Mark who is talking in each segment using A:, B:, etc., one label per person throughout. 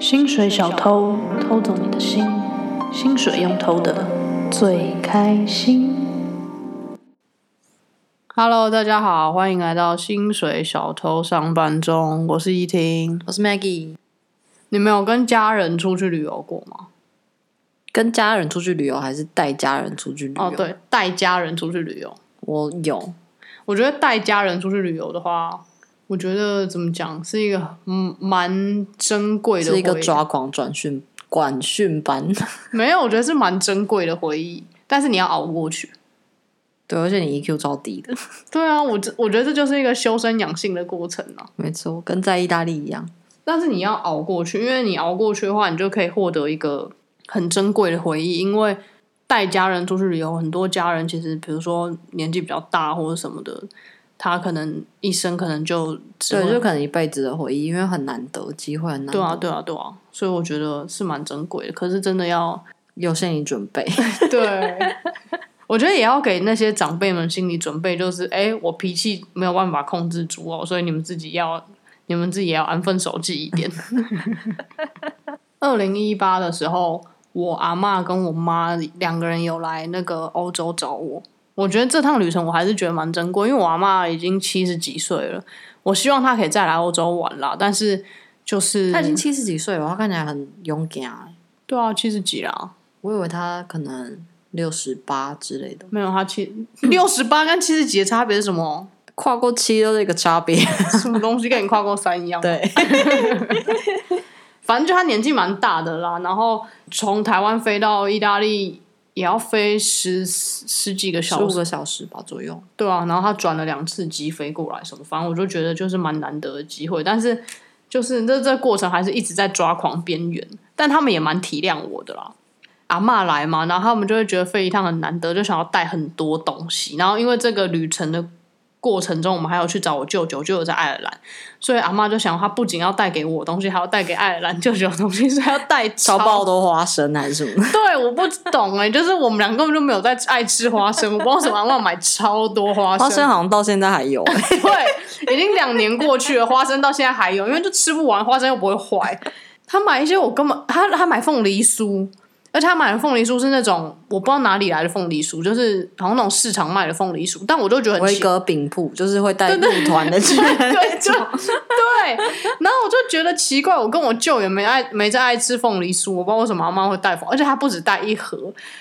A: 薪水小偷偷走你的心，薪水用偷的最开心。Hello，大家好，欢迎来到薪水小偷上班中，我是依婷。
B: 我是 Maggie，
A: 你们有跟家人出去旅游过吗？
B: 跟家人出去旅游还是带家人出去旅游？
A: 哦，，对，带家人出去旅游。
B: 我有，
A: 我觉得带家人出去旅游的话，我觉得怎么讲是一个嗯蛮珍贵的
B: 是一个
A: 回忆
B: 抓狂转训管训班，
A: 没有，我觉得是蛮珍贵的回忆，但是你要熬过去。
B: 对，而且你 EQ 超低的，
A: 对啊，我这我觉得这就是一个修身养性的过程啊。
B: 没错，跟在意大利一样。
A: 但是你要熬过去，因为你熬过去的话，你就可以获得一个很珍贵的回忆。因为带家人出去旅游，很多家人其实，比如说年纪比较大或者什么的，他可能一生可能就只
B: 对，
A: 会
B: 就可能一辈子的回忆，因为很难得，机会很难得，
A: 对啊，对啊，对啊，所以我觉得是蛮珍贵的。可是真的要
B: 有心理准备。
A: 对，我觉得也要给那些长辈们心理准备，就是哎、诶我脾气没有办法控制住哦，所以你们自己要，你们自己也要安分守己一 点。二零一八的时候，我阿妈跟我妈两个人有来那个欧洲找我。我觉得这趟旅程我还是觉得蛮珍贵，因为我阿妈已经七十几岁了，我希望她可以再来欧洲玩啦。但是就是
B: 他已 经七十几岁了，他看起来很勇敢啊。
A: 对啊，七十几啦，
B: 我以为他可能六十八之类的，
A: 没有她七六十八跟七十几的差别是什么？
B: 跨过七都是一个差别。
A: 什么东西跟你跨过山一样。
B: 对，
A: 反正就他年纪蛮大的啦，然后从台湾飞到意大利也要飞十十几个
B: 十
A: 小
B: 五
A: 时，
B: 个小时吧左右。
A: 对啊，然后他转了两次机飞过来什么，反正我就觉得就是蛮难得的机会，但是就是这这过程还是一直在抓狂边缘，但他们也蛮体谅我的啦。阿嬷来嘛，然后他们就会觉得飞一趟很难得，就想要带很多东西。然后因为这个旅程的过程中，我们还有去找我舅舅，舅舅在爱尔兰，所以阿嬷就想，她不仅要带给我东西，还要带给爱尔兰舅舅的东西，所以要带
B: 超爆多花生还是什么？
A: 对，我不懂哎、就是我们两个根本就没有在爱吃花生，我不知道为什么阿嬷买超多花生，
B: 花生好像到现在还有、欸，
A: 对，已经两年过去了，花生到现在还有，因为就吃不完，花生又不会坏。他买一些我根本他他买凤梨酥，而且他买的凤梨酥是那种我不知道哪里来的凤梨酥，就是好像那种市场卖的凤梨酥，但我就觉得很
B: 威
A: 奇怪。
B: 哥饼铺就是会带入团 的去
A: 对，就 对，然后我就觉得奇怪，我跟我舅也没爱没在爱吃凤梨酥，我不知道为什么阿妈会带凤，而且她不止带一盒，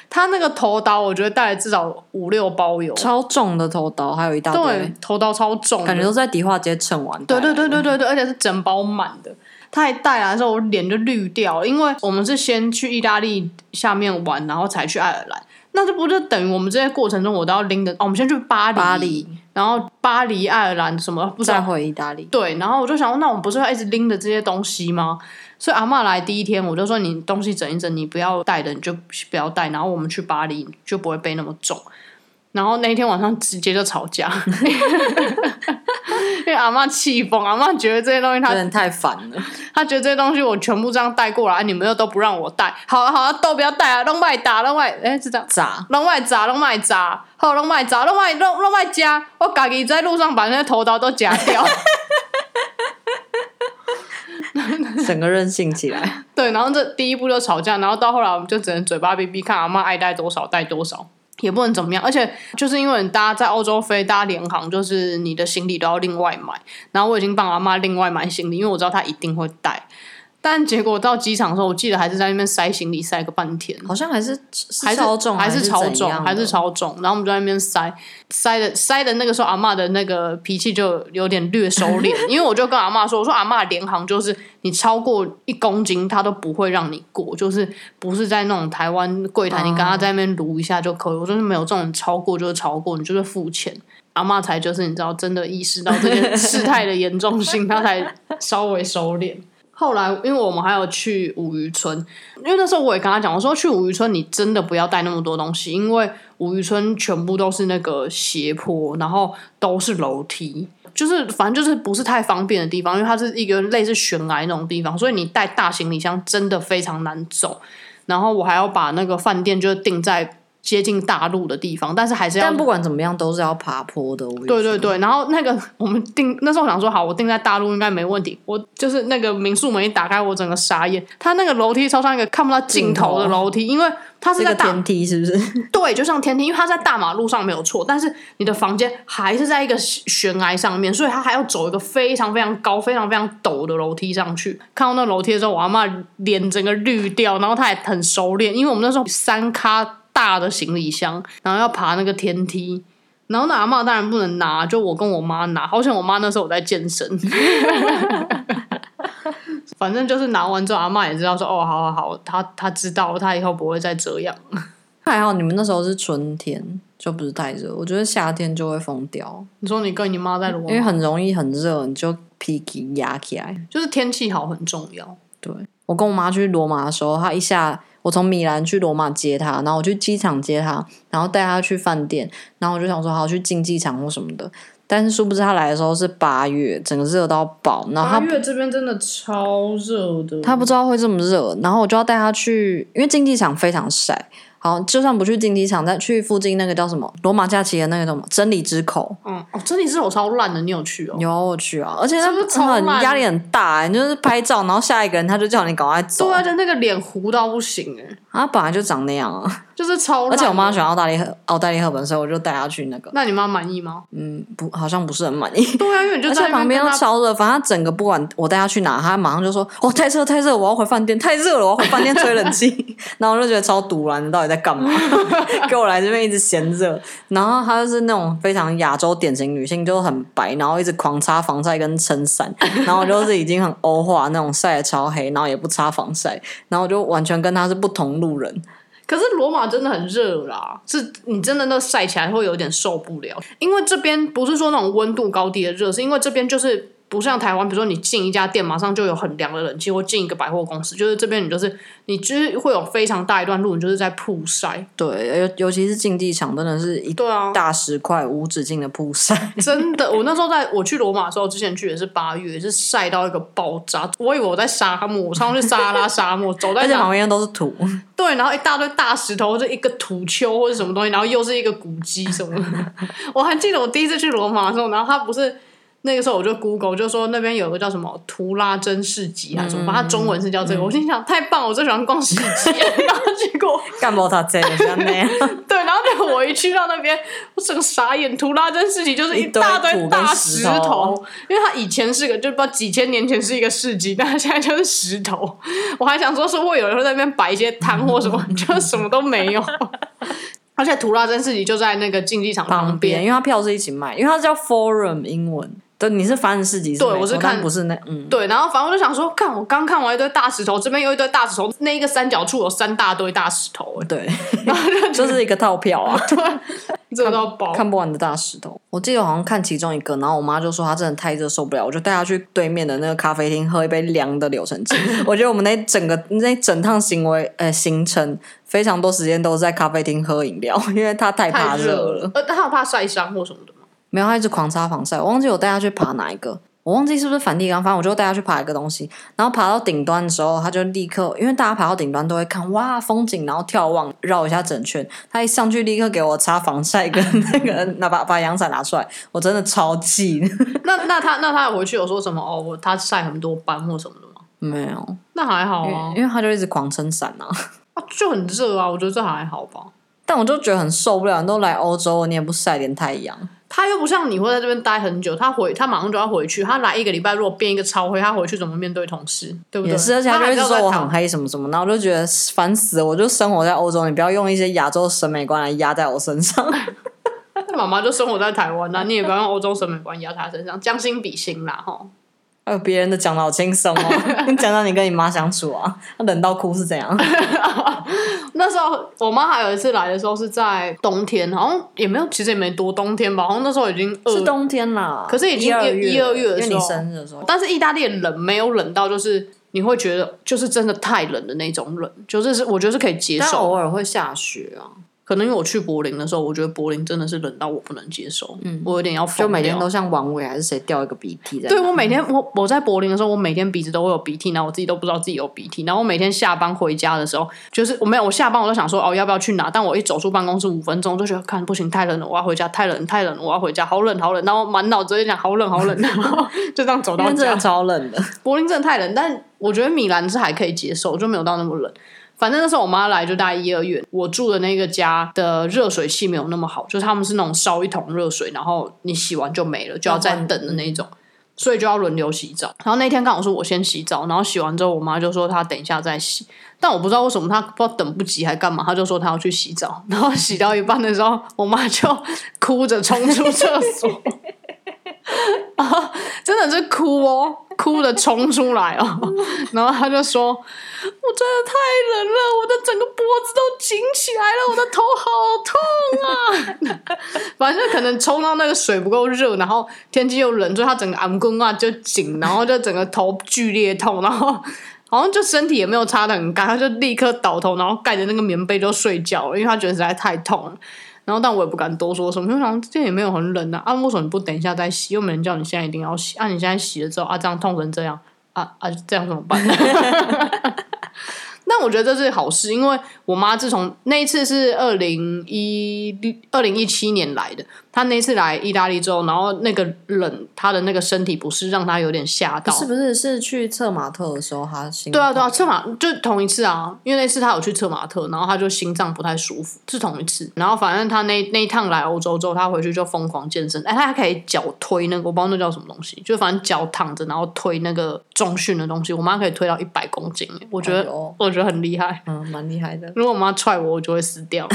A: 她那个头刀我觉得带了至少五六包有，
B: 超重的头刀，还有一大
A: 对
B: 堆，，
A: 头刀超重的，
B: 感觉都在迪化街称完。
A: 对对，对对对对，而且是整包满的。他一带来的时候，我脸就绿掉了，因为我们是先去意大利下面玩，然后才去爱尔兰。那这不就等于我们这些过程中，我都要拎着哦，我们先去巴黎，
B: 巴黎
A: 然后巴黎、爱尔兰什么不知
B: 再
A: 道
B: 回意大利，
A: 对，然后我就想说，那我们不是要一直拎着这些东西吗？所以阿嬷来第一天，我就说你东西整一整，你不要带的你就不要带，然后我们去巴黎你就不会背那么重。然后那一天晚上直接就吵架， 因为阿嬷气疯，阿嬷觉得这些东西
B: 有
A: 她
B: 点太烦了。她
A: 她觉得这些东西我全部这样带过来，啊你们又都不让我带，好啊好啊，都不要带啊，弄外打，弄外哎是这样。
B: 咋？
A: 拢卖炸，拢卖炸，好，拢卖炸，拢卖拢拢卖夹。我家己在路上把那些头刀都夹掉。
B: 整个任性起 来，
A: 对，然后这第一步就吵架，然后到后来我们就只能嘴巴逼逼看阿妈爱带多少带多少，也不能怎么样。而且就是因为大家在欧洲飞，大家联航就是你的行李都要另外买，然后我已经帮阿妈另外买行李，因为我知道她一定会带。但结果到机场的时候，我记得还是在那边塞行李塞个半天，
B: 好像还是
A: 还
B: 还
A: 是
B: 超重，
A: 还
B: 是
A: 是超重，
B: 怎样的
A: 还是超重。然后我们就在那边塞塞的塞的那个时候，阿嬷的那个脾气就有点略收 敛，因为我就跟阿嬷说，我说阿嬷联航就是你超过一公斤，她都不会让你过，就是不是在那种台湾柜台，你跟她在那边撸一下就可以。我说是没有这种超过就是超过，你就是付钱。阿嬷才就是你知道，真的意识到这件事态的严重性，她才稍微收敛。后来，因为我们还有去五渔村，因为那时候我也跟他讲，我说去五渔村你真的不要带那么多东西，因为五渔村全部都是那个斜坡，然后都是楼梯，就是反正就是不是太方便的地方，因为它是一个类似悬崖那种地方，所以你带大行李箱真的非常难走。然后我还要把那个饭店就定在接近大陆的地方，但是还是要
B: 但不管怎么样都是要爬坡的。我跟你
A: 对对
B: 说，
A: 对，然后那个我们订那时候我想说好，我订在大陆应该没问题。我就是那个民宿门一打开，我整个傻眼，它那个楼梯超像一个看不到尽头的楼梯，因为它是
B: 这
A: 在
B: 个
A: 大
B: 天梯是不是？
A: 对，就像天梯，因为它在大马路上没有错，但是你的房间还是在一个悬崖上面，所以它还要走一个非常非常高、非常非常陡的楼梯上去。看到那楼梯的时候，我阿妈脸整个绿掉，然后她也很熟练，因为我们那时候三咖大的行李箱，然后要爬那个天梯。然后那阿嬷当然不能拿，就我跟我妈拿。好像我妈那时候我在健身， 反正就是拿完之后，阿嬷也知道说哦，好好好，她她知道，她以后不会再这样。
B: 还好你们那时候是春天，就不是太热。我觉得夏天就会疯掉，
A: 你说你跟你妈在罗马，
B: 因为很容易很热，你就脾气压起来。
A: 就是天气好很重要。
B: 对我跟我妈去罗马的时候，她一下我从米兰去罗马接她，然后我去机场接她，然后带她去饭店，然后我就想说好去竞技场或什么的，但是殊不知她来的时候是八月，整个热到爆，然后她
A: 月这边真的超热的，
B: 她不知道会这么热，然后我就要带她去，因为竞技场非常晒。好，就算不去竞技场，但去附近那个叫什么罗马假期的那个叫什么真理之口，
A: 嗯哦，真理之手超烂的，你有去哦？
B: 有我去啊，而且那
A: 是不是超
B: 很
A: 烂
B: 压力很大、欸，你就是拍照，然后下一个人他就叫你赶快走，
A: 对啊，就那个脸糊到不行哎、
B: 啊本来就长那样啊。
A: 就是超烂的。
B: 而且我妈喜欢澳大利赫澳大利赫本，所以我就带她去那个，
A: 那你妈满意吗？
B: 嗯，不，好像不是很满意。
A: 对啊，因为你就
B: 而
A: 在
B: 且
A: 那
B: 旁边
A: 跟
B: 又
A: 她
B: 超热，反正她整个不管我带她去哪，她马上就说：“哦，太热太热，我要回饭店，太热了，我要回饭店吹冷 气。”然后我就觉得超堵然，你到底在干嘛？ 给我来这边一直嫌热。然后她就是那种非常亚洲典型女性，就很白，然后一直狂擦防晒跟撑伞，然后我就是已经很欧化那种，晒得超黑，然后也不擦防晒，然后我就完全跟她是不同路人。
A: 可是罗马真的很热啦，是你真的那晒起来会有点受不了，因为这边不是说那种温度高低的热，是因为这边就是不像台湾，比如说你进一家店马上就有很凉的冷气，或进一个百货公司，就是这边你就是你就是会有非常大一段路，你就是在曝晒。
B: 对，尤尤其是竞技场，真的是一
A: 对啊，
B: 大石块无止境的曝晒。
A: 真的，我那时候在我去罗马的时候，之前去也是八月，是晒到一个爆炸。我以为我在沙漠，我常常去撒哈拉沙漠，走在
B: 而且
A: 那
B: 旁边都是土，
A: 对，然后一大堆大石头，或者一个土丘或者什么东西，然后又是一个古迹什么的。 我还记得我第一次去罗马的时候，然后他不是那个时候我就 Google 就说那边有个叫什么图拉真市集还是什么，它中文是叫这
B: 嗯
A: 个。我心想太棒，我最喜欢逛市集。 然后结果
B: 干爆他这像那 样，
A: 对，然后结果我一去到那边， 我整个傻眼。图拉真市集就是
B: 一堆
A: 大
B: 土
A: 堆
B: 跟
A: 大
B: 石
A: 石
B: 头
A: 头，因为它以前是个，就不知道几千年前是一个市集，但它现在就是石头。 我还想说，是会有人会在那边摆一些摊或什么， 就什么都没有。 而且图拉真市集就在那个竞技场
B: 旁边，
A: 边。
B: 因为他票是一起卖，因为它叫 Forum 英文。对，你是凡人市集是没错，
A: 对我是看
B: 但不是那嗯，
A: 对，然后反正我就想说，看我刚看完一堆大石头，这边又一堆大石头，那一个三角处有三大堆大石头、欸，
B: 对， 就是一个套票 啊，
A: 热到爆。
B: 看不完的大石头。我记得我好像看其中一个，然后我妈就说她真的太热受不了，我就带她去对面的那个咖啡厅喝一杯凉的 柳橙汁。我觉得我们那整个那整趟行为呃行程，非常多时间都是在咖啡厅喝饮料，因为她太
A: 太
B: 怕热
A: 热
B: 了
A: 了。，呃，他有怕晒伤或什么的吗？
B: 没有，他一直狂擦防晒。我忘记我带他去爬哪一个，我忘记是不是梵蒂冈，反正我就带他去爬一个东西。然后爬到顶端的时候，他就立刻，因为大家爬到顶端都会看哇风景，然后眺望绕一下整圈。他一上去立刻给我擦防晒跟那个 拿把把阳伞拿出来，我真的超气。
A: 那那他那他有回去有说什么哦？我他晒很多斑或什么的吗？
B: 没有，
A: 那还好
B: 因
A: 啊
B: 为，因为他就一直狂撑伞啊。
A: 啊就很热啊，我觉得这还好吧。
B: 但我就觉得很受不了，你都来欧洲了，你也不晒点太阳。
A: 他又不像你会在这边待很久，他回他马上就要回去，他来一个礼拜，如果变一个超黑，他回去怎么面对同事？对不对？
B: 也是，而且他就
A: 还
B: 一
A: 是
B: 直
A: 要
B: 说
A: 在
B: 我
A: 躺
B: 很黑什么什么，然后我就觉得烦死了。我就生活在欧洲，你不要用一些亚洲审美观来压在我身上。
A: 那妈妈就生活在台湾呐、啊你也不要用欧洲审美观压他身上，将心比心啦，吼。
B: 还有别人的讲的好轻松 哦，你讲到你跟你妈相处啊，冷到哭是怎样？
A: 那时候我妈还有一次来的时候是在冬天，好像也没有，其实也没多冬天吧，好像那时候已经二
B: 是冬天啦，
A: 可是已经
B: 一二月，
A: 一二月的
B: 因为
A: 时
B: 你
A: 候
B: 生日的时候，
A: 但是意大利的冷没有冷到就是你会觉得就是真的太冷的那种冷，就是是我觉得是可以接
B: 但
A: 受。
B: 偶尔会下雪啊。
A: 可能因为我去柏林的时候，我觉得柏林真的是冷到我不能接受，嗯，我有点要疯掉
B: 就每天都像王伟还是谁掉一个鼻涕在那。
A: 对我每天我我在柏林的时候，我每天鼻子都会有鼻涕，然后我自己都不知道自己有鼻涕。然后我每天下班回家的时候，就是我没有我下班我都想说哦要不要去哪，但我一走出办公室五分钟就觉得看不行太冷了，我要回家太冷太冷了，我要回家好冷好冷。然后满脑子就讲好冷好冷，然后就这样走
B: 因
A: 到
B: 为真
A: 家
B: 的。超冷的，
A: 柏林真的太冷，但我觉得米兰是还可以接受，就没有到那么冷。反正那时候我妈来就大概一二月，我住的那个家的热水器没有那么好，就是他们是那种烧一桶热水，然后你洗完就没了，就要再等的那一种，所以就要轮流洗澡。然后那天刚好是我先洗澡，然后洗完之后我妈就说她等一下再洗，但我不知道为什么她不知道等不及还干嘛，她就说她要去洗澡，然后洗到一半的时候，我妈就哭着冲出厕所。真的是哭哦，哭的冲出来哦。 然后他就说：“我真的太冷了，我的整个脖子都紧起来了，我的头好痛啊！” 反正可能冲到那个水不够热，然后天气又冷，所以他整个颔棍啊就紧，然后就整个头剧烈痛，然后。 好像就身体也没有擦的很干，他就立刻倒头，然后盖着那个棉被就睡觉了，因为他觉得实在太痛了。然后但我也不敢多说什么，因为我想这也没有很冷啊，啊为什么你不等一下再洗？又没人叫你现在一定要洗，啊你现在洗了之后啊这样痛成这样，啊啊这样怎么办？ 但我觉得这是好事，因为我妈自从那一次是二零一二零一七年来的，她那一次来意大利之后，然后那个冷，她的那个身体不适让她有点吓到，
B: 是不是？是去策马特的时候，他心
A: 对啊，对啊，策马就同一次啊，因为那次他有去策马特，然后他就心脏不太舒服，是同一次。然后反正他那那一趟来欧洲之后，他回去就疯狂健身，哎，他还可以脚推那个，我不知道那叫什么东西，就反正脚躺着，然后推那个重训的东西，我妈可以推到一百公斤，哎我觉
B: 哎
A: 得、
B: 呦
A: 我觉得很厉害。
B: 嗯，蛮厉害的。
A: 如果我妈踹我，我就会死掉。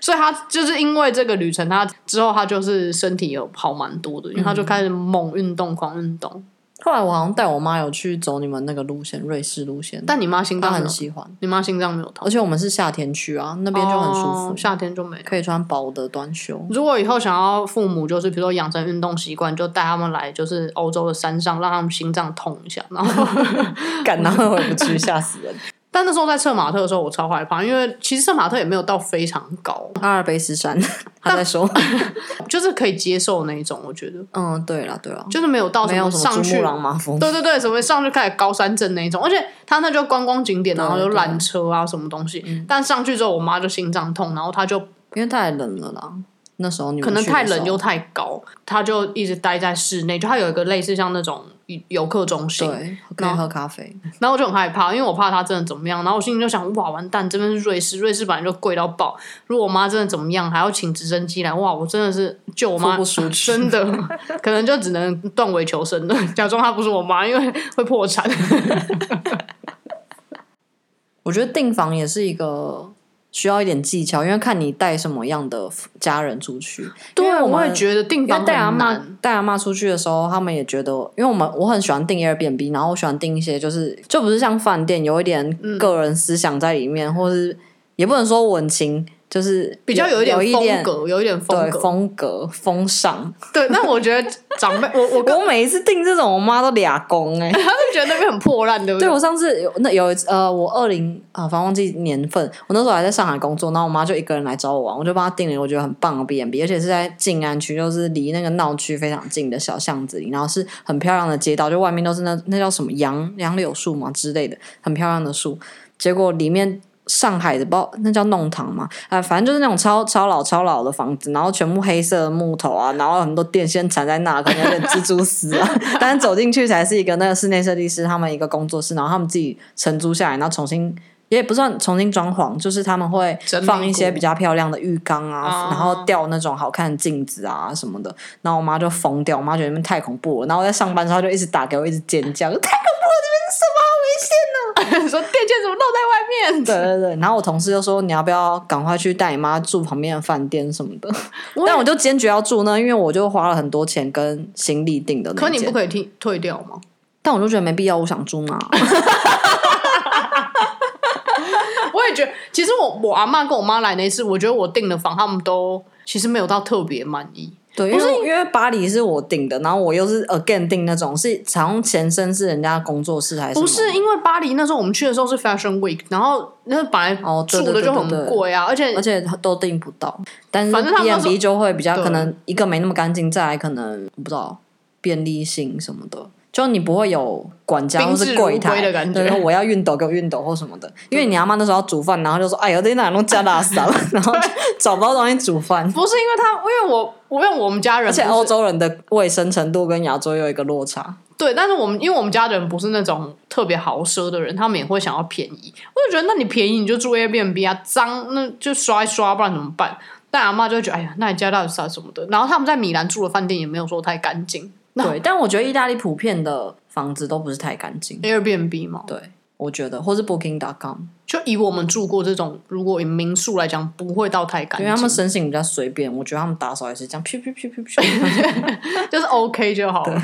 A: 所以她就是因为这个旅程，她之后她就是身体有好蛮多的，因为
B: 嗯
A: 她就开始猛运动、狂运动。
B: 后来我好像带我妈有去走你们那个路线，瑞士路线，
A: 但你妈心
B: 她
A: 脏没
B: 很
A: 有
B: 喜欢，
A: 你妈心脏没有痛，
B: 而且我们是夏天去啊，那边就很舒服，
A: 哦夏天就没有。
B: 可以穿薄的短 袖。
A: 如果以后想要父母就是比如说养成运动习惯，就带他们来就是欧洲的山上，让他们心脏痛一下。然 后，
B: 敢拿回不去，吓死人！
A: 但那时候在策马特的时候，我超害怕，因为其实策马特也没有到非常高，
B: 阿尔卑斯山， 他在说，
A: 就是可以接受那一种。我觉得
B: 嗯，对了对了，
A: 就是没有到
B: 没有什
A: 上
B: 么珠
A: 去
B: 穆朗玛峰，
A: 对对对，什么上去开始高山症那一种，而且他那就观光景点，然后有
B: 对对嗯
A: 缆车啊什么东西。但上去之后，我妈就心脏痛，然后她就
B: 因为太冷了啦。那时候你们
A: 可能
B: 去的
A: 太
B: 时候
A: 冷又太高，她就一直待在室内，就她有一个类似像那种游游客中心，
B: 对，可以喝咖啡，
A: 然后我就很害怕，因为我怕他真的怎么样。然后我心里就想，哇，完蛋，这边是瑞士，瑞士本来就贵到爆，如果我妈真的怎么样，还要请直升机来，哇，我真的是救我妈
B: 付不出去
A: 真的可能就只能断尾求生了，假装她不是我妈，因为会破 产。
B: 我觉得订房也是一个需要一点技巧，因为看你带什么样的家人出去。因啊为我
A: 啊我
B: 们
A: 也觉得订
B: 因为
A: 房
B: 带阿
A: 很
B: 妈
A: 难。
B: 带阿妈出去的时候，他们也觉得，因为我们我很喜欢订 Airbnb，然后我喜欢订一些就是就不是像饭店有一点
A: 嗯
B: 个人思想在里面，或是也不能说文青，就是
A: 比较有
B: 有
A: 一点
B: 一
A: 风
B: 点
A: 格，有一点风
B: 对
A: 格。
B: 风格风 尚。
A: 对，那我觉得长辈， 我我跟
B: 我每一次订这种，我妈都俩公哎、
A: 他就觉得那边很破烂，对不
B: 对我上次有那有一次呃，我二零啊，反正忘记年份，我那时候还在上海工作，然后我妈就一个人来找我玩，我就帮她订了一个我觉得很棒的 B&B，而且是在静安区，就是离那个闹区非常近的小巷子里，然后是很漂亮的街道，就外面都是那那叫什么杨杨柳树嘛之类的，很漂亮的树，结果里面。上海的不知道那叫弄堂嘛，啊、反正就是那种超超老超老的房子，然后全部黑色的木头啊，然后很多电线缠在那，可能有点蜘蛛丝啊。 但是走进去才是一个那个室内设计师他们一个工作室，然后他们自己承租下来，然后重新也不算重新装潢，就是他们会
A: 整理
B: 放一些
A: 过
B: 比较漂亮的浴缸
A: 哦
B: 啊，然后吊那种好看的镜子啊什么的。然后我妈就疯掉，我妈觉得那边太恐怖了。然后我在上班的时候，她就一直打给我，一直尖叫，太恐怖了，这边是什么？好啊危险！
A: 对， 说电线怎么露在外面？
B: 对对对，然后我同事就说你要不要赶快去带你妈住旁边的饭店什么的，
A: 我也
B: 但我就坚决要住呢，因为我就花了很多钱跟行李订的那
A: 可你
B: 间
A: 不可以退退掉吗？
B: 但我就觉得没必要，我想住 嘛。
A: 我也觉得，其实我我阿妈跟我妈来那次，我觉得我订的房，他们都其实没有到特别满意。
B: 对，因为因为巴黎是我订的，然后我又是 again 订那种是采用前身是人家工作室还是什
A: 不
B: 么
A: 是因为巴黎那时候我们去的时候是 Fashion Week，然后那本来
B: 哦对
A: 住的
B: 对
A: 就
B: 对对
A: 很
B: 对
A: 贵啊，而且
B: 而且都订不到，但是
A: 反正他们那时候
B: B&B 就会比较
A: 对
B: 可能一个没那么干净，再来可能我不知道便利性什么的，就你不会有管家
A: 宾
B: 或
A: 至
B: 是柜
A: 如
B: 台
A: 归的感觉
B: 对，说我要熨斗给我熨斗或什么的，因为你阿妈那时候要煮饭，然后就说哎呦在哪弄加拉圾了，然后就找不到东西煮饭。
A: 不是因为他，因为我我因为我们家人
B: 而
A: 不是，
B: 且欧洲人的卫生程度跟亚洲又有一个落差，
A: 对，但是我们因为我们家人不是那种特别豪奢的人，他们也会想要便宜。我就觉得，那你便宜你就住 Airbnb 啊，脏那就刷一刷，不然怎么办？但阿妈就会觉得，哎呀，那你家到底是啥什么的？然后他们在米兰住的饭店也没有说太干净，那
B: 对，但我觉得意大利普遍的房子都不是太干净，
A: Airbnb 嘛，
B: 对，我觉得，或是 Booking.com，
A: 就以我们住过这种，如果以民宿来讲，不会到太干
B: 因为他们
A: 净，
B: 生性比较随便，我觉得他们打扫也是这样，噗噗噗噗 噗。
A: 就是 OK 就好了。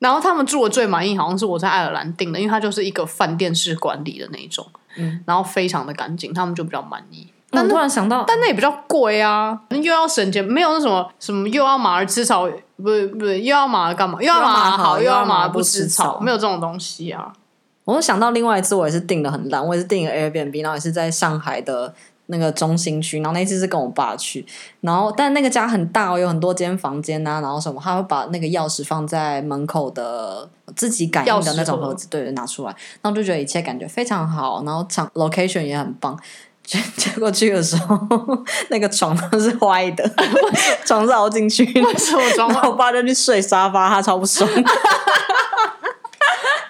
A: 然后他们住的最满意，好像是我在爱尔兰订的，因为它就是一个饭店式管理的那一种，嗯，然后非常的干净，他们就比较满意。
B: 但突然想到，
A: 但那也比较贵啊，又要省钱，没有那什么什么又要马儿吃草，不是不是又要马儿干嘛？又要马儿好，又
B: 又要马好
A: 要
B: 又要马
A: 马
B: 儿
A: 儿
B: 不
A: 不
B: 吃
A: 吃
B: 草
A: 草，没有这种东西啊。
B: 我又想到另外一次，我也是订的很烂，我也是订了 Airbnb，然后也是在上海的那个中心区，然后那一次是跟我爸去，然后但那个家很大哦，有很多间房间啊，然后什么，他会把那个钥匙放在门口的自己感应的那种
A: 钥匙盒
B: 盒子，对，拿出来，然后就觉得一切感觉非常好，然后场 location 也很棒。 结结果去的时候， 那个床它是歪的， 床是凹进去 的，
A: 为什么装
B: 然后我爸就去睡沙发，他超不爽，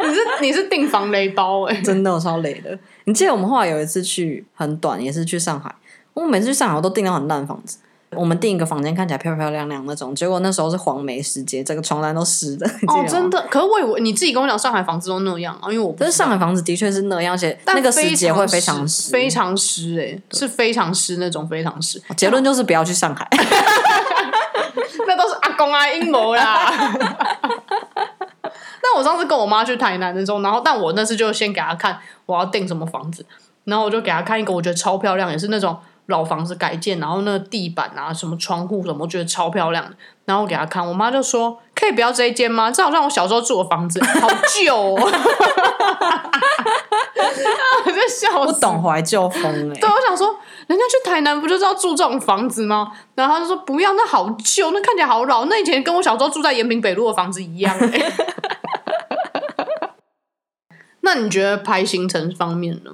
A: 你是你是订房雷包 哎、
B: 真的我超累的。你记得我们后来有一次去很短，也是去上海，我每次去上海我都订到很烂的房子。我们订一个房间看起来漂漂亮亮那种，结果那时候是黄梅时节，整个床单都湿的。你记得
A: 哦
B: 吗，
A: 真。的。可是我以为你自己跟我讲上海房子都那样啊，因为我不
B: 但
A: 知
B: 是上
A: 道。
B: 海房子的确是那样，而且
A: 但
B: 那个时节会非常
A: 常
B: 湿。
A: 非常湿哎、是非常湿那种非常湿，
B: 哦结论就是不要去上海。
A: 那都是阿公啊阴谋啦。 那我上次跟我妈去台南的时候，然后但我那次就先给她看我要订什么房子，然后我就给她看一个我觉得超漂亮，也是那种老房子改建，然后那个地板啊、什么窗户什么，我觉得超漂亮的。然后我给她看，我妈就说：“可以不要这一间吗？这好像我小时候住的房子，好旧哦。” 我就笑死，
B: 不懂怀旧风哎、
A: 对，我想说，人家去台南不就是要住这种房子吗？然后他就说不要，那好旧，那看起来好老，那以前跟我小时候住在延平北路的房子一样、欸。 那你觉得排行程方面
B: 啊
A: 呢？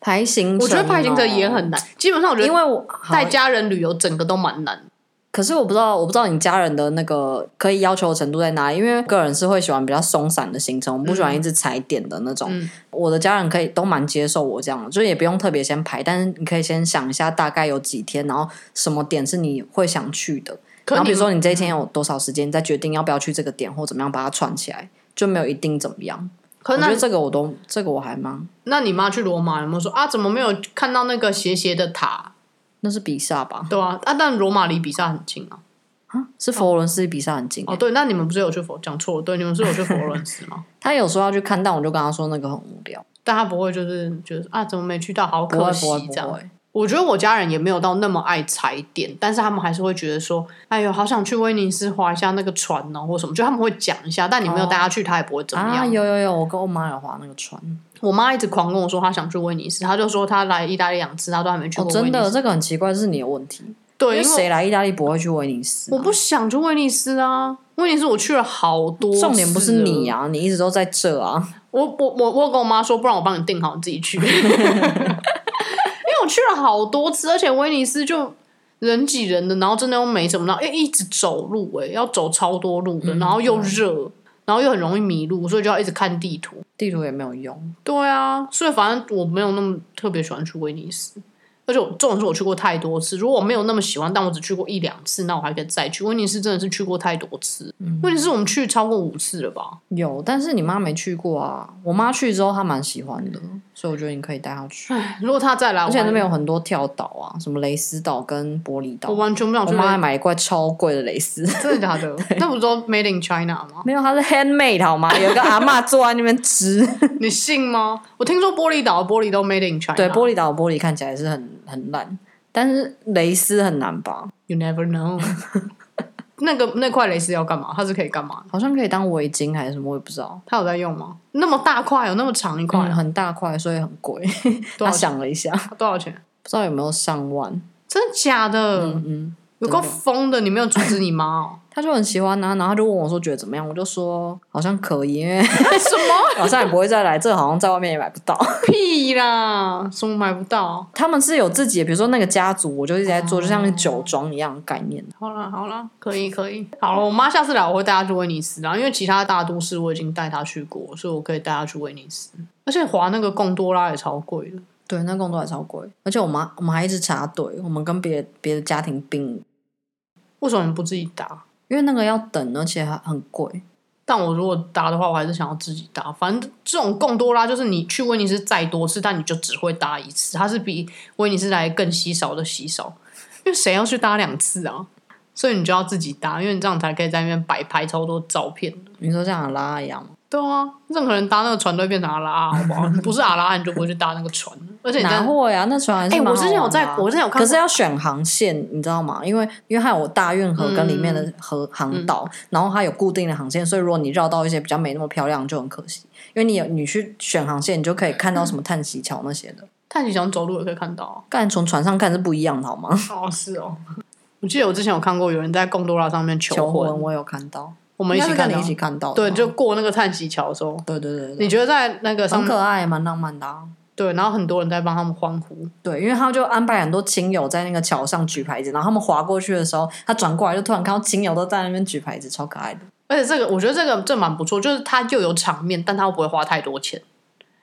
B: 排行程哦、
A: 我觉得排行程也很难，基本上我觉
B: 因
A: 得
B: 为我
A: 带
B: 好
A: 家人旅游整个都蛮难。
B: 可是我不知道，我不知道你家人的那个可以要求的程度在哪里，因为个人是会喜欢比较松散的行程，我不喜欢一直踩点的那种。
A: 嗯
B: 我的家人可以都蛮接受我这样的，就是也不用特别先排，但是你可以先想一下大概有几天，然后什么点是你会想去的，
A: 可
B: 然后
A: 你
B: 比如说你这一天有多少时间，你再决定要不要去这个点或怎么样把它串起来，就没有一定怎么样。
A: 可
B: 我觉
A: 那
B: 得这个我都这个我还蛮，
A: 那你妈去罗马有没有说啊？怎么没有看到那个斜斜的塔？
B: 那是比萨吧？
A: 对啊，啊，但罗马离比萨很近啊。
B: 啊，是佛罗伦斯比萨很近、
A: 哦，对，那你们不是有去佛？讲错了，对，你们是有去佛罗伦斯吗？
B: 他有说要去看，但我就跟他说那个很无聊，
A: 但他不会就是觉得啊，怎么没去到，好
B: 不会
A: 可惜
B: 不会不
A: 这样。
B: 会。
A: 我觉得我家人也没有到那么爱踩点，但是他们还是会觉得说，哎呦，好想去威尼斯划一下那个船哦，或什么，就他们会讲一下，但你没有带他去，他也不会怎么
B: 哦啊，
A: 样。
B: 有有有，我跟我妈有划那个船，
A: 我妈一直狂跟我说她想去威尼斯，她就说她来意大利两次，她都还没去
B: 哦，
A: 过威
B: 真
A: 尼斯。
B: 的，这个很奇怪，这是你的问题。因
A: 对，因
B: 为
A: 为
B: 谁啊来意大利不会去威尼斯
A: 我
B: 啊、
A: 不想去威尼斯啊，威尼斯我去了好多，
B: 重点不是你。啊，你一直都在这啊。
A: 我我我我有跟我妈说，不然我帮你订好，你自己去。 因为我去了好多次，而且威尼斯就人挤人的，然后真的又没什么，然后又一直走路、欸，要走超多路
B: 嗯
A: 的，然后又热，然后又很容易迷路，所以就要一直看地图。
B: 地图也没有用，
A: 对啊，所以反正我没有那么特别喜欢去威尼斯，而且我重点是我去过太多次。如果我没有那么喜欢，但我只去过一两次，那我还可以再去。威尼斯真的是去过太多次，
B: 嗯
A: 威尼斯我们去超过五次了吧？
B: 有，但是你妈没去过啊。我妈去之后，她蛮喜欢的，所以我觉得你可以带她去。
A: 如果他再来，
B: 而且那
A: 我
B: 边有很多跳岛啊，什么蕾丝岛跟玻璃岛
A: 我。完全不想
B: 我
A: 去。
B: 妈还买一块超贵的蕾丝，
A: 真的假的？那不是都 Made in China 吗？
B: 没有，它是 handmade 好吗？有一个阿嬷坐在那边织。
A: 你信吗？我听说玻璃岛的玻璃都 Made in China。
B: 对，玻璃岛的玻璃看起来是很很烂，但是蕾丝很难吧？
A: ，You never know。 那个那块蕾丝要干嘛？它是可以干嘛？
B: 好像可以当围巾还是什么，我也不知道。
A: 它有在用吗？那么大块，有那么长一块
B: 嗯，
A: 啊，
B: 很大块，所以很贵。
A: 多少
B: 他
A: 钱？
B: 想了一下，不
A: 多少钱？
B: 知道有没有上万。
A: 真的假的？
B: 嗯嗯，
A: 有够
B: 真的
A: 疯的！你没有阻止你妈哦？
B: 他就很喜欢啊，然后他就问我说觉得怎么样，我就说好像可以，因为
A: 什么
B: 好像也不会再来，这好像在外面也买不到。
A: 屁啦？什么买不到？
B: 他们是有自己的，比如说那个家族，我就一直在
A: 哦
B: 做，就像酒庄一样的概念。
A: 好啦好啦，可以可以。好了，我妈下次来我会带她去威尼斯啦，啊因为其他大都市我已经带她去过，所以我可以带她去威尼斯。而且划那个贡多拉也超贵的，
B: 对，那工作还超贵，而且我妈我们还一直插队，我们跟别别的家庭并，
A: 为什么你不自己搭？
B: 因为那个要等，而且还很贵。
A: 但我如果搭的话，我还是想要自己搭。反正这种贡多拉就是你去威尼斯再多次，但你就只会搭一次，它是比威尼斯来更稀少的稀少，因为谁要去搭两次啊？所以你就要自己搭，因为你这样才可以在那边摆拍超多照片的。
B: 你说像拉拉一样吗？
A: 对啊，任何人搭那个船都会变成阿拉阿，好不 好？你不是阿拉，你就不会去搭那个船。而且你这
B: 哪
A: 样，
B: 会啊？那船还是
A: 哎、
B: 蛮好
A: 我
B: 玩的啊
A: 之前有在，我之前有看
B: 可是
A: 过，
B: 要选航线，你知道吗？因为因为还有我大运河跟里面
A: 嗯
B: 的河、航道，然后它有固定的航线，所以如果你绕到一些比较没那么漂亮，就很可惜。因为你有你去选航线，你就可以看到什么叹息桥那些的，
A: 太极想走路也可以看到 啊。
B: 但从船上看是不一样的，好吗？
A: 哦，是哦。我记得我之前有看过有人在贡多拉上面求
B: 求
A: 婚，
B: 婚我有看到，
A: 我
B: 我
A: 们一起看啊
B: 你
A: 到
B: 一。起看到的
A: 对，
B: 吗，
A: 就过那个叹息桥的时候，
B: 对对对对，
A: 你觉得在那个上
B: 哦很
A: 面
B: 可爱，蛮浪漫的、啊。
A: 对，然后很多人在帮他们欢呼，
B: 对，因为他就安排很多亲友在那个桥上举牌子，然后他们划过去的时候，他转过来就突然看到亲友都在那边举牌子，超可爱的。
A: 而且这个我觉得这个这蛮不错，就是它又有场面，但它又不会花太多钱，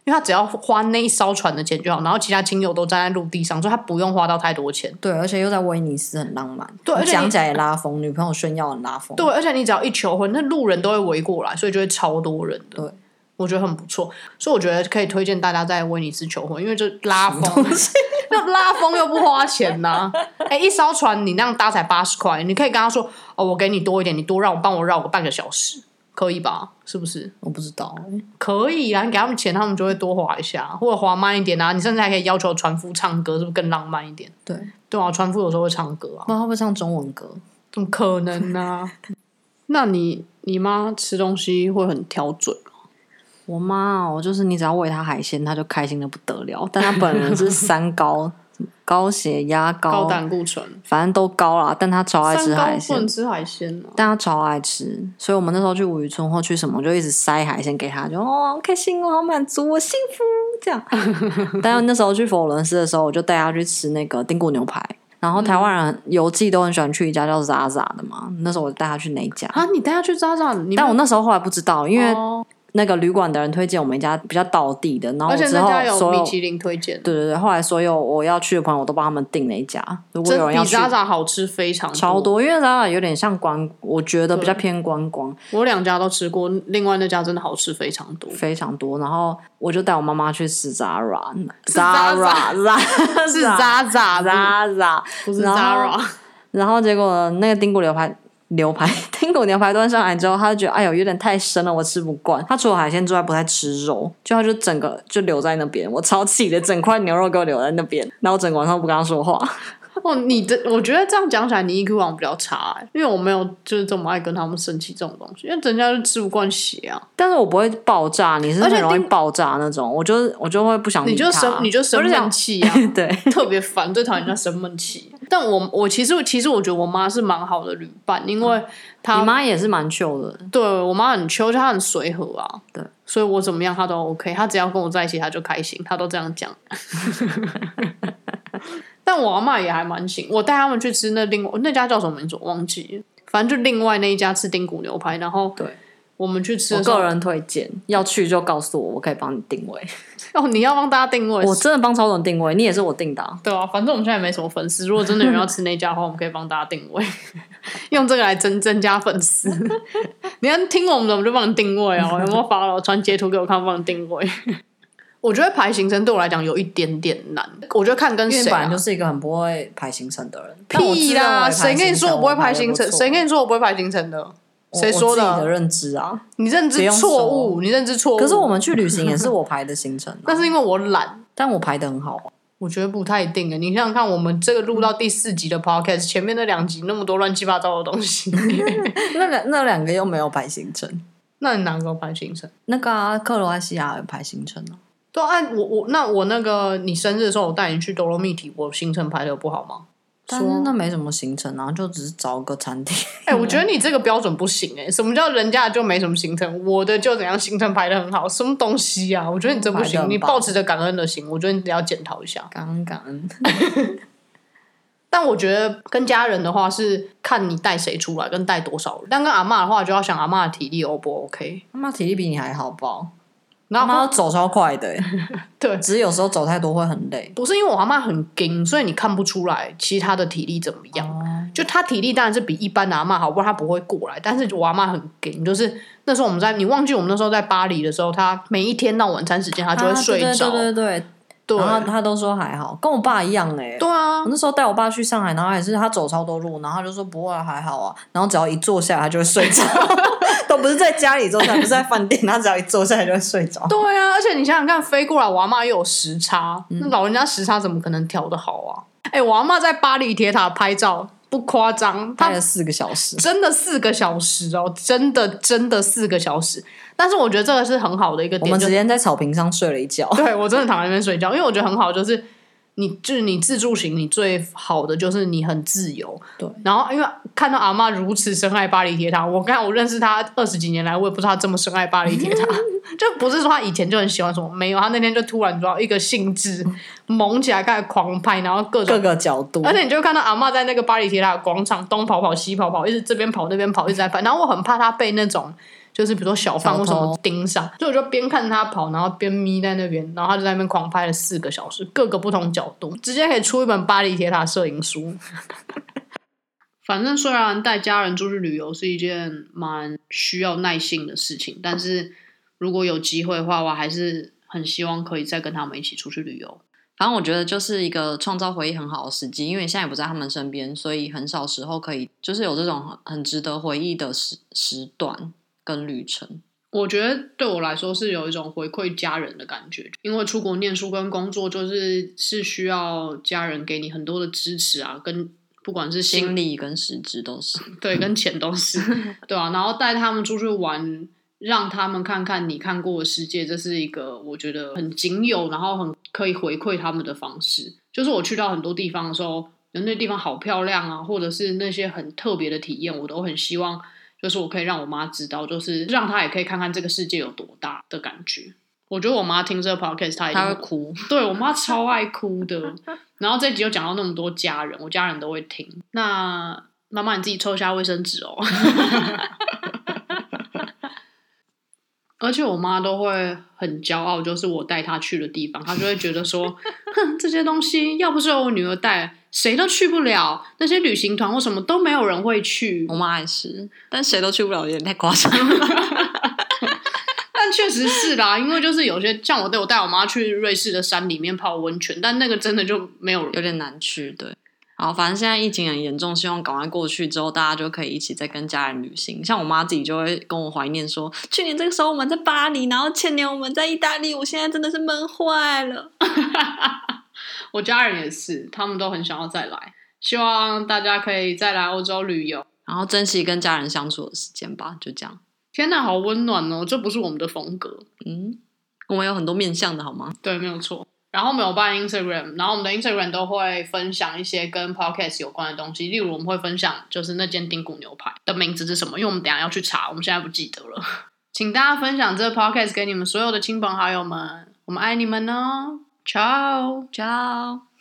A: 因为它只要花那一艘船的钱就好，然后其他亲友都站在陆地上，所以它不用花到太多钱。
B: 对，而且又在威尼斯，很浪漫。
A: 对而且你
B: 讲起来也拉风，女朋友炫耀很拉风。
A: 对，而且你只要一求婚，那路人都会围过来，所以就会超多人的。
B: 对，
A: 我觉得很不错，所以我觉得可以推荐大家在威尼斯求婚，因为这拉风，那拉风又不花钱呐、 哎、一艘船你那样搭才八十块，你可以跟他说哦，我给你多一点，你多让我帮我绕个半个小时，可以吧？是不是？
B: 我不知道，欸
A: 可以啊，你给他们钱，他们就会多划一下，或者划慢一点啊。你甚至还可以要求船夫唱歌，是不是更浪漫一点？
B: 对，
A: 对啊，船夫有时候会唱歌啊，
B: 那会不会唱中文歌？
A: 怎么嗯可能啊呢、 那你你妈吃东西会很挑嘴吗？
B: 我妈哦，就是你只要喂她海鲜，她就开心的不得了。 但她本人是三高，什么高血压高，
A: 高胆固醇，
B: 反正都高啦。但她超爱吃
A: 三高
B: 海
A: 不
B: 鲜
A: 能，哦吃海鲜啊。
B: 但她超爱吃。所以我们那时候去五渔村或去什么，就一直塞海鲜给她，就哦好开心哦，好满足，我幸福这样。但那时候去佛罗伦斯的时候，我就带她去吃那个丁骨牛排。然后台湾
A: 嗯
B: 人邮寄都很喜欢去一家叫 Zaza 的嘛，那时候我带她去那一家。
A: 啊，你带他去渣渣，你
B: 但我那时候后来不知道，因为
A: 哦
B: 那个旅馆的人推荐我们一家比较道地的，然后
A: 而且
B: 之
A: 那
B: 后
A: 家有
B: 所
A: 米
B: 有
A: 其林推荐，
B: 对对对，后来所有我要去的朋友我都帮他们订了一家，如果
A: 真
B: 有人要
A: 比
B: 去。
A: 渣渣好吃非常
B: 超。多，因为咱俩有点像观，我觉得比较偏观光，
A: 我两家都吃过，另外那家真的好吃非常多。
B: 非常多。然后我就带我妈妈去吃 Zara，Zara，Zara，
A: 是
B: 啊
A: 渣渣，
B: Zara，
A: 不是
B: 然后
A: Zara。
B: 然后结果那个丁骨牛排 牛排丁骨牛排端上来之后，他就觉得哎呦有点太生了，我吃不惯。他除了海鲜之外不太吃肉，就他就整个就留在那边，我超气的，整块牛肉给我留在那边，然后我整个晚上不跟他说话。
A: 哦，你的我觉得这样讲起来，你 EQ 好像比较差、欸，因为我没有就是这么爱跟他们生气这种东西，因为人家就吃不惯血啊。
B: 但是我不会爆炸，你是
A: 而且
B: 很容易
A: 丁
B: 爆炸那种，我就我就会不想理
A: 你就
B: 他
A: 生你就生
B: 我就
A: 闷
B: 想
A: 气啊，
B: 对。
A: 特别烦，最讨厌人家生闷气。但我我其实其实我觉得我妈是蛮好的旅伴，因
B: 嗯
A: 为她
B: 你妈也是蛮秀的，
A: 对我妈很秋，她很随和啊，
B: 对，
A: 所以我怎么样她都 OK，她只要跟我在一起她就开心，她都这样 讲。但我阿妈也还蛮行，我带他们去吃那另那家叫什么名字我忘记了，反正就另外那一家吃丁骨牛排，然后
B: 对
A: 我们去吃
B: 我
A: 的时候
B: 个，人推荐，要去就告诉我，我可以帮你定位。
A: 哦，你要帮大家定位，
B: 我真的帮超总定位，你也是我定的、啊。
A: 对啊，反正我们现在也没什么粉丝，如果真的有人要吃那家的话，我们可以帮大家定位， 用这个来增增加粉丝。 你要听我们的，我们就帮你定位 哦，有没有发了？传截图给我看，帮你定位。 我觉得排行程对我来讲有一点点难，我觉得看跟
B: 因为
A: 谁、
B: 本来
A: 啊
B: 就。是一个很不会排行程的 人。但我自
A: 屁
B: 认为
A: 啦！
B: 排行
A: 谁
B: 程
A: 跟你说我不会排行程？谁跟你说我不会排行程的？
B: 我
A: 谁说
B: 我自己的
A: 的？
B: 认知啊？
A: 你认
B: 不
A: 知
B: 用
A: 错
B: 说
A: 误，你认知错误。
B: 可是我们去旅行也是我排的行程、啊，
A: 那是因为我懒，
B: 但我排的很好啊、
A: 我觉得不太一定欸诶，你想想看，我们这个录到第四集的 podcast，前面那两集那么多乱七八糟的东 西，
B: 那两那两个又没有排行程，
A: 那你哪个排行程？
B: 那个、啊、克罗埃西亚有排行程啊。
A: 对啊，按我我那我那个你生日的时候，我带你去多罗密体，我行程排的不好吗？
B: 但是那没什么行程啊，就只是找个餐 厅。
A: 哎、我觉得你这个标准不行哎、什么叫人家就没什么行程，我的就怎样行程排的很好，什么东西啊？我觉得你这不
B: 排得
A: 行，
B: 很
A: 你
B: 棒
A: 抱持着感恩的心，我觉得你得要检讨一下。
B: 感恩感恩，
A: 但我觉得跟家人的话是看你带谁出来，跟带多少人。但跟阿嬷的话，就要想阿嬷的体力 O 不 OK。
B: 他妈体力比你还好吧？
A: 然
B: 他妈
A: 后
B: 走超快的、 欸，
A: 对
B: 只是有时候走太多会很累。
A: 不是因为我阿嬷很硬，所以你看不出来其他的体力怎么样。
B: 哦
A: 就她体力当然是比一般的阿嬷好，不然她不会过来。但是我阿嬷很硬，就是那时候我们在你忘记我们那时候在巴黎的时候，她每一天到晚餐时间她就会睡着。
B: 啊对对对对
A: 对
B: 对，然后他都说还好，跟我爸一样哎、
A: 对啊
B: 我，那时候带我爸去上海，然后也是他走超多路，然后他就说不会啊还好啊，然后只要一坐下来他就会睡着， 都不是在家里坐下来，不是在饭店，他只要一坐下来就会睡着。
A: 对啊，而且你想想看，飞过来，我阿妈又有时差， 那老人家时差怎么可能调得好啊？哎、我阿妈在巴黎铁塔拍照，不夸张，她
B: 待了四个小时，
A: 真的四个小时哦，真的真的四个小时。但是我觉得这个是很好的一个
B: 我
A: 点，
B: 们
A: 就
B: 直
A: 是
B: 接在草坪上睡了一觉。
A: 对我真的躺在那边睡觉，因为我觉得很好，就是你就是你自助行，你最好的就是你很自由。
B: 对，
A: 然后因为看到阿妈如此深爱巴黎铁塔，我看我认识她二十几年来，我也不知道她这么深爱巴黎铁塔，就不是说她以前就很喜欢什么，没有，她那天就突然抓一个兴致猛起来，开始狂拍，然后各种
B: 各个角度，
C: 哎
A: 而且你就看到阿嬷在那个巴黎铁塔广场东跑跑西跑跑，一直这边跑那边跑，一直在拍。然后我很怕她被那种就是比如说小贩
B: 小
A: 或什
B: 偷
A: 么盯上，所以我就边看她跑，然后边眯在那边，然后她就在那边狂拍了四个小时，各个不同角度，直接可以出一本巴黎铁塔摄影书。 反正虽然带家人出去旅游是一件蛮需要耐性的事情，但是如果有机会的话，我还是很希望可以再跟他们一起出去旅游。
C: 反正我觉得就是一个创造回忆很好的时机，因为你现在也不在他们身边，所以很少时候可以就是有这种很很值得回忆的时时段跟旅程。
A: 我觉得对我来说是有一种回馈家人的感觉，因为出国念书跟工作就是是需要家人给你很多的支持啊，跟不管是心
C: 心理跟实质都是，
A: 对跟钱都是对啊，然后带他们出去玩，让他们看看你看过的世界，这是一个我觉得很仅有，然后很可以回馈他们的方式。就是我去到很多地方的时候，有那地方好漂亮啊，或者是那些很特别的体验，我都很希望。就是我可以让我妈知道，就是让她也可以看看这个世界有多大的感觉。我觉得我妈听这个 podcast，她一定
C: 他会哭。
A: 对我妈超爱哭的。然后这集又讲到那么多家人，我家人都会听。那妈妈你自己抽一下卫生纸哦。 而且我妈都会很骄傲，就是我带她去的地方，她就会觉得说，哼，这些东西要不是有我女儿带，谁都去不了。那些旅行团或什么都没有人会去。
C: 我妈也是，但谁都去不了，有点太夸张了。
A: 但确实是啦，因为就是有些像我带我带我妈去瑞士的山里面泡温泉，但那个真的就没有
C: 有
A: 人。
C: 点难去。对，好，反正现在疫情很严重，希望赶快过去之后，大家就可以一起再跟家人旅行。像我妈自己就会跟我怀念说，去年这个时候我们在巴黎，然后前年我们在意大利，我现在真的是闷坏了。
A: 我家人也是，他们都很想要再来，希望大家可以再来欧洲旅游。
C: 然后珍惜跟家人相处的时间吧，就这样。
A: 天哪，好温暖哦！这不是我们的风格，
C: 嗯，我们有很多面向的好吗？
A: 对，没有错。然后我们有办 Instagram，然后我们的 Instagram 都会分享一些跟 podcast 有关的东西，例如我们会分享就是那间丁骨牛排的名字是什么，因为我们等一下要去查，我们现在不记得了。 请大家分享这个 podcast 给你们所有的亲朋好友们，我们爱你们哦，Ciao。
C: Ciao。